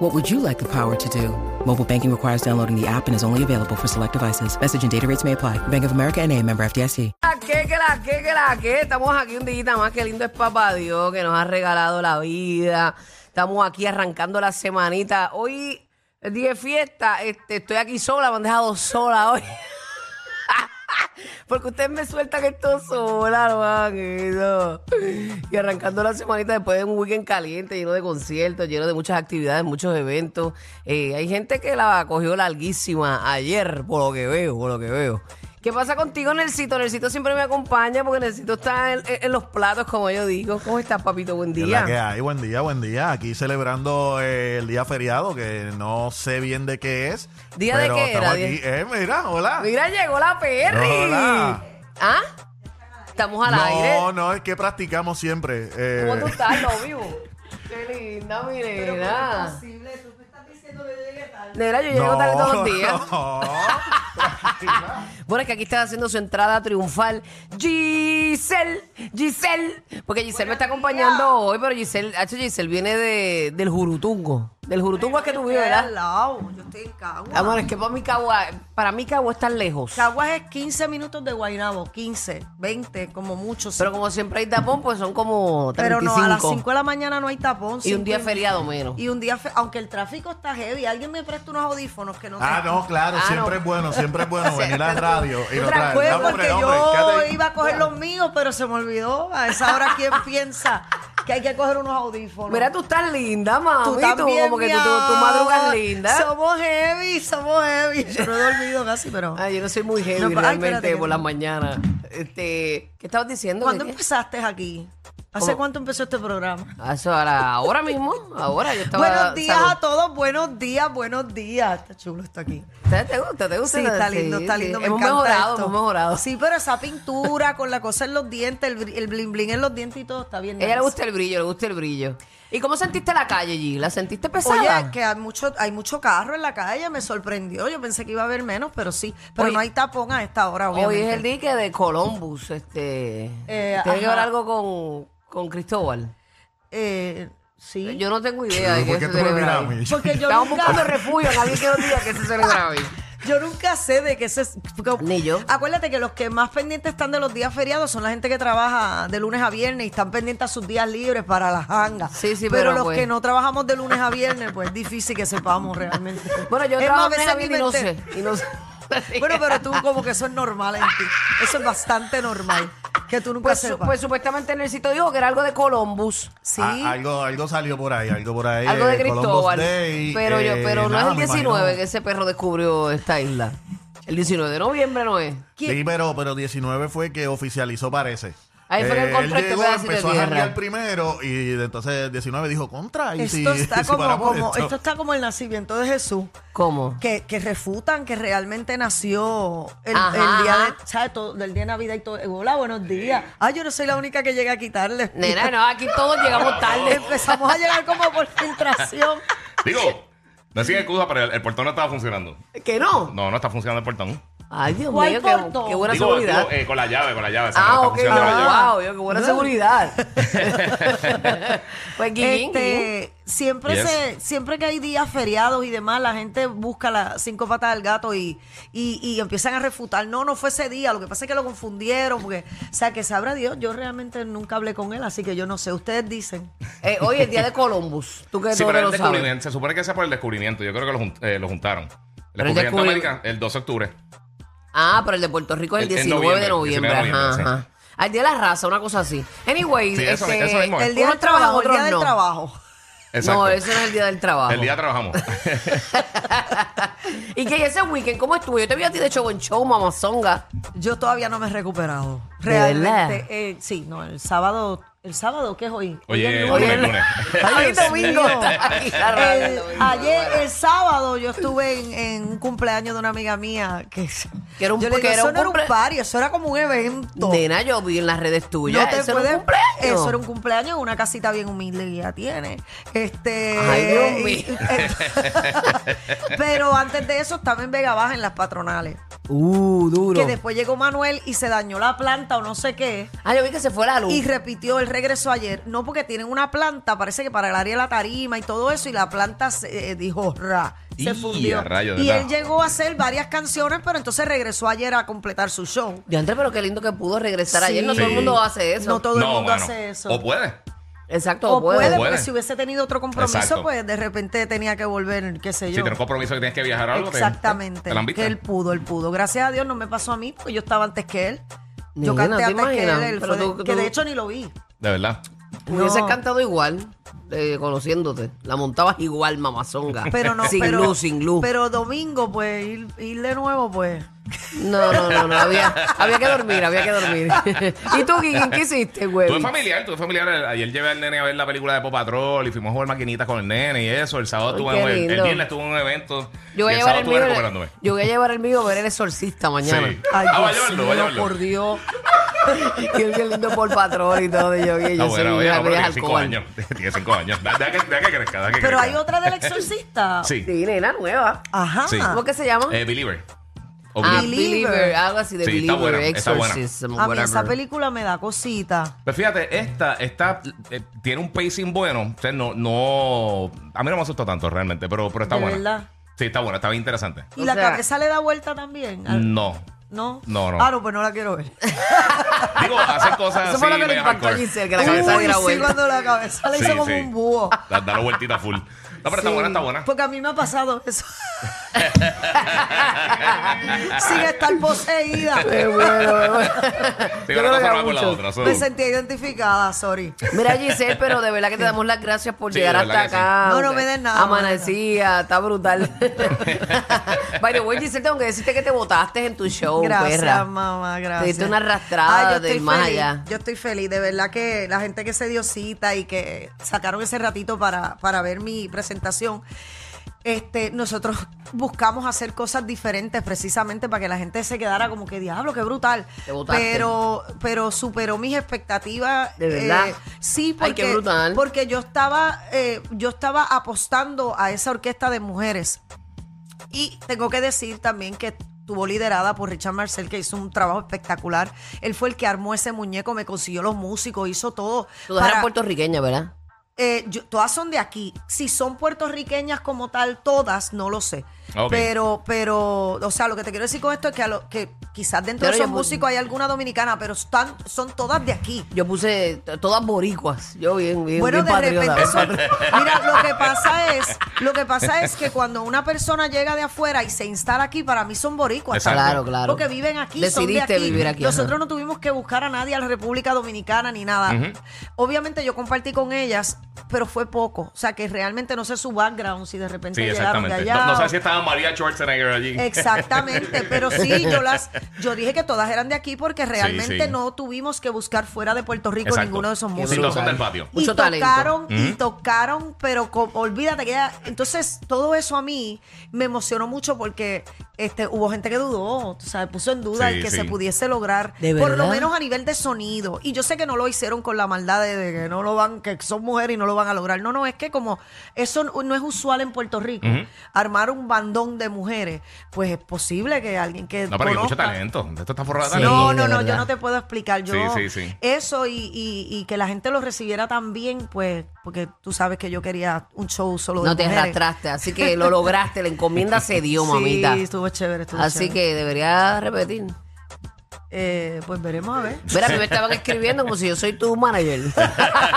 What would you like the power to do? Mobile banking requires downloading the app and is only available for select devices. Message and data rates may apply. Bank of America and a member FDIC. La que, que Ah, la que, que la que. Estamos aquí un día más. Qué lindo es papá Dios que nos ha regalado la vida. Estamos aquí arrancando la semanita. Hoy es día de fiesta. Este, estoy aquí sola, me han dejado sola hoy. Porque ustedes me sueltan esto sola, no hagan eso. Y arrancando la semanita después de un weekend caliente, lleno de conciertos, lleno de muchas actividades, muchos eventos. Eh, hay gente que la cogió larguísima ayer, por lo que veo, por lo que veo. ¿Qué pasa contigo, Nelsito? Nelsito siempre me acompaña porque Nelsito está en, en los platos, como yo digo. ¿Cómo estás, papito? Buen ¿Qué es la día. que hay? Buen día, buen día. Aquí celebrando eh, el día feriado, que no sé bien de qué es. ¿Día de pero qué estamos era? aquí. Eh, mira, hola. Mira, llegó la Perry. Hola. ¿Ah? Estamos al no, aire. no, es que practicamos siempre. eh, ¿Cómo tú estás, lo vivo? Qué linda, mi nena. Nena, yo llego no, tarde todos los días. no. Bueno, es que aquí está haciendo su entrada triunfal Giselle, Giselle, porque Giselle me está acompañando hoy, pero Giselle, H. Giselle viene de, del Jurutungo. Del Jurutungo es que tú vives, Estoy ¿verdad? al lado, yo estoy en Caguas. Amor, es que para mí Cagua, para mí Cagua está lejos. Caguas es 15 minutos de Guaynabo, 15, 20, como mucho. sí. Pero como siempre hay tapón, pues son como 35. Pero no, a las 5 de la mañana no hay tapón. y un cinco día feriado menos. Y un día, fe- aunque el tráfico está heavy, alguien me presta unos audífonos que no Ah, no, claro, Ah, siempre no. es bueno, siempre es bueno venir a la radio y Yo lo tranquila, traer. Pues No, porque hombre, hombre, yo quédate ahí. iba a coger los míos, pero se me olvidó. A esa hora, ¿quién piensa que hay que coger unos audífonos? Mira, tú estás linda, mami. Tú, como que mi tú, tú, tú amor. madrugas linda. Somos heavy, somos heavy. Yo no he dormido casi, pero. Ay, yo no soy muy heavy No, pero- ay, realmente espérate que por no. las mañanas. Este, ¿qué estabas diciendo? ¿Cuándo ¿Qué- qué? empezaste aquí? ¿Hace ¿Cómo? cuánto empezó este programa? Ah, Eso ahora, ahora mismo, ahora yo estaba. buenos días salud. a todos, buenos días, buenos días. Está chulo esto aquí. ¿Te, te gusta? ¿Te gusta? Sí, está lindo, está sí. lindo. me Hemos encanta mejorado, esto. hemos mejorado. Sí, pero esa pintura con la cosa en los dientes, el, bri- el bling bling en los dientes y todo está bien. A ella le nice. gusta el brillo, le gusta el brillo. ¿Y cómo sentiste la calle, G? ¿La sentiste pesada? Oye, que hay mucho, hay mucho carro en la calle, me sorprendió. Yo pensé que iba a haber menos, pero sí. Pero Oye. no hay tapón a esta hora, Hoy obviamente. es el dique de Columbus, este. Eh, Tiene que ajá. ver algo con, con Cristóbal. Eh, sí. Yo no tengo idea de ¿Por qué qué se tú me celebra miras a hoy. mí? Porque yo Estamos nunca- buscando refugio, nadie que nos diga que se celebra hoy. Yo nunca sé de qué se... porque- ah, Ni yo. Acuérdate que los que más pendientes están de los días feriados son la gente que trabaja de lunes a viernes y están pendientes a sus días libres para las jangas. Sí, sí, pero pero los pues- que no trabajamos de lunes a viernes, pues es difícil que sepamos realmente. Bueno, yo Es trabajo más, en a Javier veces y ni no me sé. enter- Y no sé. Bueno, pero tú como que eso es normal en ti. Eso es bastante normal. Que tú nunca Pues, su- sepas. pues supuestamente en el sitio dijo que era algo de Columbus. sí. Ah, algo, algo salió por ahí, algo por ahí. Algo de eh, Columbus Cristóbal. Day, pero yo, eh, pero no nada, es me el imagino- 19 que ese perro descubrió esta isla. El 19 de noviembre no es. ¿Quién- Sí, pero, pero 19 fue que oficializó, parece. Eh, Ahí fue que encontró él este llegó, pedacito de empezó a tierra. janguear primero y entonces 19 dijo contra. Y Esto si, está si como, paramos como- esto. esto está como el nacimiento de Jesús. ¿Cómo? que, que refutan que realmente nació el, Ajá, el día de, ajá. ¿sabes? Todo, del día de Navidad y todo. Eh, Hola, buenos días. Ah, yo no soy la única que llega a quitarle. Nena, no, aquí todos llegamos tarde. Empezamos a llegar como por filtración. Digo, no sin excusa, pero el, el portón no estaba funcionando. ¿Que no? No, no está funcionando el portón. Ay, Dios ¿Cuál mío, qué, portón? qué buena Digo, seguridad. digo, eh, con la llave, con la llave. o sea, ah, no ok, está funcionando la yo, llave. wow, yo, qué buena seguridad. pues Guillín, Guillín. Este, siempre Yes. se, siempre que hay días feriados y demás, la gente busca las cinco patas del gato y, y, y empiezan a refutar. No, no fue ese día. Lo que pasa es que lo confundieron. Porque, o sea, que sabrá Dios, yo realmente nunca hablé con él, así que yo no sé. Ustedes dicen. Eh, hoy es el día de Columbus. Tú que Sí, todo pero lo el sabes. descubrimiento, se supone que sea por el descubrimiento. Yo creo que lo, jun- eh, lo juntaron. El Pero el descubrimiento de descubri- América, el 12 de octubre. Ah, pero el de Puerto Rico es el El- el 19 de noviembre, noviembre. 19 de Ajá, noviembre, ajá. Ah, El día de la raza, una cosa así. Anyway, Sí, eso- este, eso mismo es. El día unos del trabajo, el trabajan, día del otros no. trabajo. Exacto. No, eso no es el día del trabajo. El día trabajamos. y que ese weekend, ¿cómo estuvo? Yo te vi a ti de show en show, mamazonga. Yo todavía no me he recuperado. ¿De verdad? Realmente. eh, sí, no, el sábado ¿El sábado qué es hoy? Oye, el lunes, lunes. lunes. Ay, Ay, el Dios domingo. mío. Ay, la rara, el El- domingo, Eh, ayer, bueno. el sábado, yo estuve en, en un cumpleaños de una amiga mía. Que, Que era un- yo le que digo, era eso un no era un cumple- party, eso era como un evento. Nena, yo vi en las redes tuyas. no te eso era un puedes, cumpleaños. Eso era un cumpleaños, una casita bien humilde que ya tiene. Este, Ay, Dios y- mío. pero antes de eso estaba en Vega Baja en las patronales. Uh, duro. Que después llegó Manuel y se dañó la planta o no sé qué. Ah, yo vi que se fue la luz. Y repitió el regreso ayer. No, porque tienen una planta, parece que para el área de la tarima y todo eso, y la planta se, eh, dijo ra. Y a Se fundió. rayos, de y verdad. él llegó a hacer varias canciones, pero entonces regresó ayer a completar su show. De antes, pero qué lindo que pudo regresar ayer. No Sí. todo el mundo hace eso. No todo el No, mundo mano. hace eso. O puede. Exacto, O puede, O porque puede. si hubiese tenido otro compromiso, Exacto. pues de repente tenía que volver, qué sé Si yo. tienes compromiso que tienes que viajar o algo. te- Exactamente. Te la han visto. que él pudo, él pudo. Gracias a Dios no me pasó a mí, porque yo estaba antes que él. Yo Nena, canté ¿te antes que él, imaginas? él Pero fue de- tú- que de tú- hecho ni lo vi. De verdad. Hubieses No. cantado igual, eh, conociéndote. La montabas igual, mamazonga. Pero no, Sin pero, luz, sin luz. Pero domingo, pues, ir, ir de nuevo, pues. No, no, no, no. Había, había que dormir, había que dormir. ¿Y tú, Kiki, qué hiciste, Tú güey? es familiar, tú es familiar. Eh, Ayer llevé al nene a ver la película de Pop Patrol y fuimos a jugar maquinitas con el nene y eso. El sábado Ay, estuve qué en el, el lindo. viernes estuve en un evento. Yo voy, y a el llevar sábado el estuve mío, recuperándome. yo voy a llevar el mío a ver el exorcista mañana. Sí. Ay, ah, va a Dios llevarlo, va No, a llevarlo. por Dios. Y el que lindo por patrón y todo. Y yo, y yo Ah, soy bueno, una bueno, vieja tiene cinco alcohol. años. Tiene cinco años. Da- Deja que, deja que crezca, deja que Pero crezca. hay otra del exorcista. Sí. Sí, nena nueva. Ajá. Sí. ¿Cómo que se llama? Eh, Believer. O Ah, Believer. Believer. Believer. Algo así de Sí, está Believer, buena, está buena. Exorcism, A mí esa whatever. película me da cosita. Pues fíjate, esta, esta eh, tiene un pacing bueno. O sea, no, no. A mí no me asustó tanto realmente, pero, pero está De buena. verdad. Sí, está buena, está bien interesante. Y O la sea- cabeza le da vuelta también. al- No. ¿No? Mm. No, no. Ah, no, pues no la quiero ver. Digo, hacen cosas Eso fue lo así que le medio impactó a hardcore. Giselle, que la cabeza Uy, diera sí, vuelta. cuando la cabeza la Sí, hizo como sí. un búho. Da, da la vueltita full. No, pero está Sí, Pues, buena, está buena. Porque a mí me ha pasado eso. Sin estar poseída. Qué bueno, qué bueno. Sí, Yo una creo que cosa a va con la muchos. otra. so- Me sentía identificada, sorry. Mira, Giselle, pero de verdad que te damos las gracias por Sí, llegar de hasta verdad que sí. acá. No, no me des nada, Amanecía, está brutal. By the way, Giselle, tengo que decirte que te votaste en tu show, Gracias, perra. mamá, gracias. Te diste una arrastrada Ay, yo del estoy más feliz, allá. Yo estoy feliz, de verdad que la gente que se dio cita y que sacaron ese ratito para, para ver mi presentación. Este, nosotros buscamos hacer cosas diferentes precisamente para que la gente se quedara como que diablo, qué brutal. Te botaste. Pero, pero superó mis expectativas. eh, ¿De verdad? sí, Ay, porque, qué brutal. porque yo estaba, eh, yo estaba apostando a esa orquesta de mujeres. Y tengo que decir también que estuvo liderada por Richard Marcel, que hizo un trabajo espectacular. Él fue el que armó ese muñeco, me consiguió los músicos, hizo todo. Todas para- eran puertorriqueñas, ¿verdad? eh, yo- todas son de aquí. Si son puertorriqueñas como tal, todas, no lo sé. Ok. Pero, pero, o sea, lo que te quiero decir con esto es que, a lo- que quizás dentro Pero de esos yo- músicos hay alguna dominicana, pero están, son todas de aquí. Yo puse t- todas boricuas. Yo bien, bien, Bueno, bien de patriota. repente son- Mira, lo que pasa es, lo que pasa es que cuando una persona llega de afuera y se instala aquí, para mí son boricuas. Exacto. Claro, claro. Porque viven aquí, son Decidiste de aquí. vivir aquí. ajá. Nosotros no tuvimos que buscar a nadie a la República Dominicana ni nada. Obviamente yo compartí con ellas, pero fue poco. O sea, que realmente no sé su background, si de repente Sí, llegaron de exactamente. allá. No, no o- sé si estaba María Schwarzenegger allí. Exactamente, pero sí, yo las, yo dije que todas eran de aquí porque realmente sí. no tuvimos que buscar fuera de Puerto Rico Exacto. ninguno de esos Sí, músicos. no son del patio. Y Mucho talento. tocaron, y tocaron, pero co- olvídate que ya, entonces todo eso a mí me emocionó mucho porque este hubo gente que dudó, o sea, puso en duda Sí, el que sí. se pudiese lograr, ¿De por lo verdad? menos a nivel de sonido. Y yo sé que no lo hicieron con la maldad de, de que no lo van, que son mujeres y no lo van a lograr. No, no, es que como eso no no es usual en Puerto Rico, armar un bandón de mujeres, pues es posible que alguien que No, pero hay mucho conozca- talento. Esto está forrado de Sí. talento. no, de no, no, verdad. yo no te puedo explicar. Yo, Sí, sí, sí. Eso y, y- y que la gente lo recibiera tan bien, pues, porque tú sabes que yo quería un show solo de No te mujeres. arrastraste, así que lo lograste. La encomienda se dio, mamita. Sí, estuvo chévere, estuvo Así chévere. que debería repetir. Eh, pues veremos a ver. Mira, a mí me estaban escribiendo como si yo soy tu manager.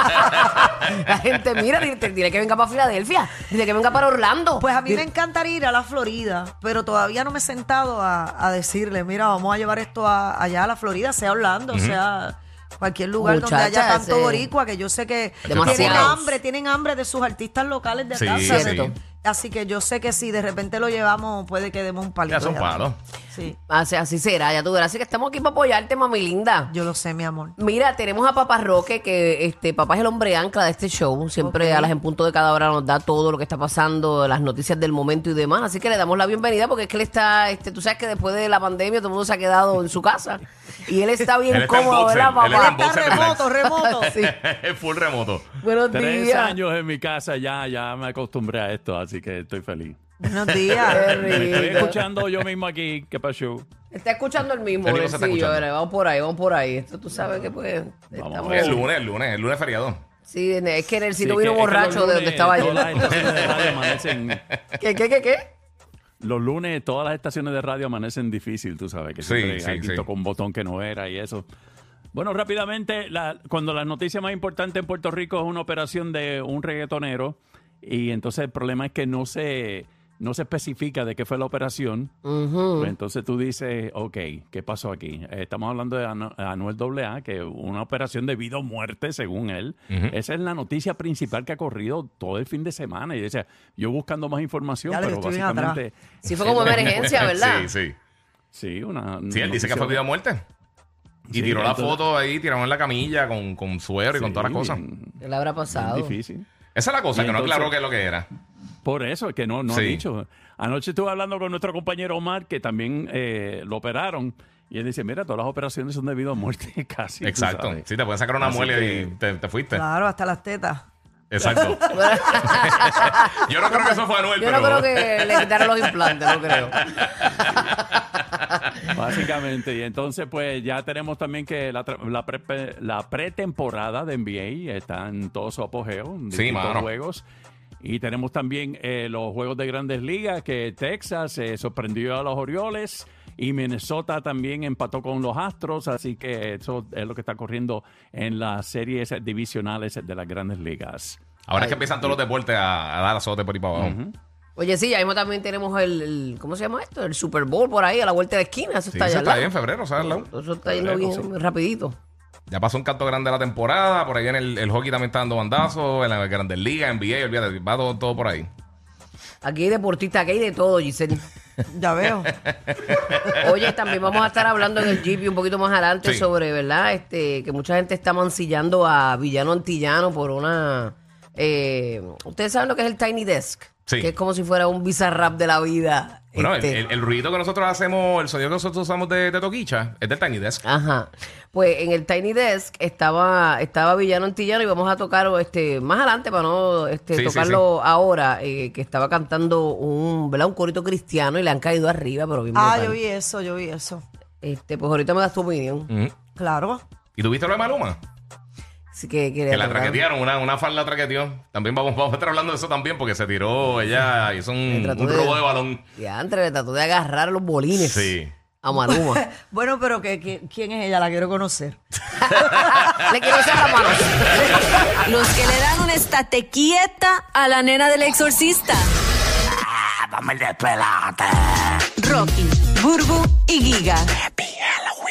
la gente, mira, dile, dile que venga para Filadelfia, dile que venga para Orlando. Pues a mí me encantaría ir a la Florida, pero todavía no me he sentado a, a decirle, mira, vamos a llevar esto a- allá a la Florida, sea Orlando, sea cualquier lugar donde haya Muchachas, tanto eh, boricua, que yo sé que Demasiados. tienen hambre, tienen hambre de sus artistas locales de acá. Sí, o sea, Cierto. que- Así que yo sé que si de repente lo llevamos, puede que demos un palito. Ya son allá atrás. palos. Sí, Así, Ah, así será, ya tú verás. Así que estamos aquí para apoyarte, mami linda. yo lo sé, mi amor. Mira, tenemos a Papá Roque, que este papá es el hombre ancla de este show. Siempre a las en punto de cada hora nos da todo lo que está pasando, las noticias del momento y demás. Así que le damos la bienvenida porque es que él está, este, tú sabes que después de la pandemia todo el mundo se ha quedado en su casa. Y él está bien Él está en cómodo, boxer, ¿verdad, él está en papá? Está Voces relax. remoto, remoto. Sí. Full remoto. Buenos Tres días. años en mi casa ya, ya me acostumbré a esto, así que estoy feliz. Buenos Qué días. Me estoy rico. escuchando yo mismo aquí, ¿qué pasó? Está escuchando el mismo, El mismo se está Lencillo. escuchando. Ahora, Vamos por ahí, vamos por ahí. Esto tú sabes que pues. estamos- Es lunes, el lunes, el lunes feriado. Sí, es que en el Si sitio vino borracho de donde estaba yo. Todas las estaciones de radio amanecen, ¿Qué, qué, qué, qué? los lunes todas las estaciones de radio amanecen difícil, tú sabes, que Sí, siempre sí, alguien sí. tocó un botón que no era y eso. Bueno, rápidamente, la- cuando la noticia más importante en Puerto Rico es una operación de un reggaetonero y entonces el problema es que no se, no se especifica de qué fue la operación, Pues entonces tú dices, ok, ¿qué pasó aquí? Eh, estamos hablando de Anu- Anuel AA, que una operación de vida o muerte, según él. Esa es la noticia principal que ha corrido todo el fin de semana. Y yo, decía, yo buscando más información, Ya lo que pero estoy bien atrás. básicamente... Sí, fue como emergencia, ¿verdad? Sí, sí. Sí, una... Sí, él dice que fue vida o muerte. Y Sí, tiró la entonces- foto ahí, tirado en la camilla con, con suero y con todas las cosas. ¿Qué le habrá pasado? difícil. Esa es la cosa, Y que no entonces- aclaró qué es lo que era. Por eso, es que no, no Sí. han dicho. Anoche estuve hablando con nuestro compañero Omar, que también eh, lo operaron. Y él dice, mira, todas las operaciones son debido a muerte casi. tú Exacto. sabes. Sí, te pueden sacar una Así muela que- y te, te fuiste. Claro, hasta las tetas. Exacto. Yo no creo que eso fue Anuel, Yo pero... no creo que le quitaron los implantes, no creo. Básicamente. Y entonces, pues ya tenemos también que la, tra- la, pre- la pretemporada de NBA está en todo su apogeo, en Sí, distintos mano. juegos. Y tenemos también eh, los juegos de grandes ligas, que Texas eh, sorprendió a los Orioles y Minnesota también empató con los Astros. Así que eso es lo que está corriendo en las series divisionales de las grandes ligas. Ahora es que empiezan todos los deportes a, a dar azote por ahí para abajo. Oye, sí, ya mismo también tenemos el, el- ¿cómo se llama esto? El Super Bowl por ahí, a la vuelta de la esquina. Eso Sí, está allá eso al está lado. bien en febrero, ¿sabes? Lau? Eso está yendo Febrero, bien rapidito. Ya pasó un canto grande de la temporada, por ahí en el, el hockey también está dando bandazos, en la Grandes Ligas, NBA, olvídate, va todo, todo por ahí. Aquí hay deportistas, aquí hay de todo, Giselle. Ya veo. Ah, Oye, también vamos a estar hablando en el GP un poquito más adelante Sí. sobre, ¿verdad? Este, que mucha gente está mancillando a Villano Antillano por una. eh, Ustedes saben lo que es el Tiny Desk. Sí. Que es como si fuera un bizarrap de la vida. Bueno, Este, el, el- el ruido que nosotros hacemos, el sonido que nosotros usamos de, de Toquicha, es del Tiny Desk. Ajá. Pues en el Tiny Desk estaba, estaba Villano Antillano y vamos a tocar este, más adelante para no este, Sí, sí, tocarlo ahora, eh, que estaba cantando un, ¿verdad? un corito cristiano y le han caído arriba, pero bien Ah, brutal. yo vi eso, yo vi eso. Este, pues ahorita me das tu opinión. Ujú. Claro. ¿Y tuviste lo de Maluma? Así que, que- Que la traquetearon, una, una fan la traqueteó. También vamos, vamos a estar hablando de eso también, porque se tiró, ella hizo un, trató un de- robo de balón. Y antes le trató de agarrar los bolines Sí. a Maluma. Bueno, pero que, que- ¿quién es ella? La quiero conocer. le quiero hacer la mano. Los que le dan un estate quieta a la nena del exorcista. Rocky, Burbu y Giga.